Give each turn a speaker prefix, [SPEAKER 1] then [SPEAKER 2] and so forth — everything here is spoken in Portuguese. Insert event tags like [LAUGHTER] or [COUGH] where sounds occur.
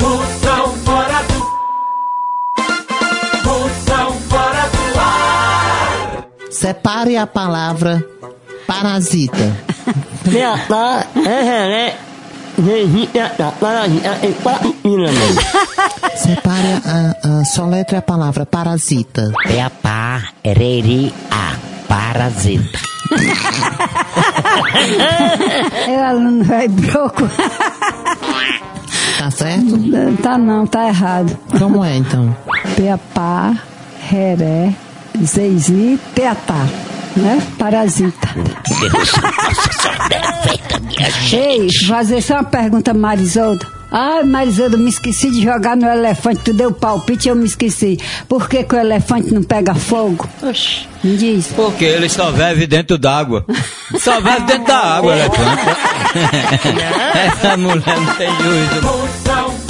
[SPEAKER 1] Moção fora do. Moção fora do ar.
[SPEAKER 2] Separe a palavra parasita.
[SPEAKER 3] Piatá, Regeré, Vegeta, Parasita, tem quatro sílabas.
[SPEAKER 2] Separe a, a soletre a palavra parasita.
[SPEAKER 4] Peapá, reri, a. Parasita.
[SPEAKER 5] Ela não é vai broco.
[SPEAKER 2] Tá certo?
[SPEAKER 5] Tá não, tá errado.
[SPEAKER 2] Como é então?
[SPEAKER 5] Peapá, heré, zeizi, teatá. Né? Parasita. Ei, fazer só uma pergunta, Marisolda. Ai, Marisolda, me esqueci de jogar no elefante. Tu deu palpite e eu me esqueci. Por que, que o elefante não pega fogo?
[SPEAKER 6] Oxi.
[SPEAKER 5] Me diz.
[SPEAKER 7] Porque ele só vive dentro d'água. Só vive [LAUGHS] dentro da água, elefante. Essa mulher não tem juízo.
[SPEAKER 1] Moção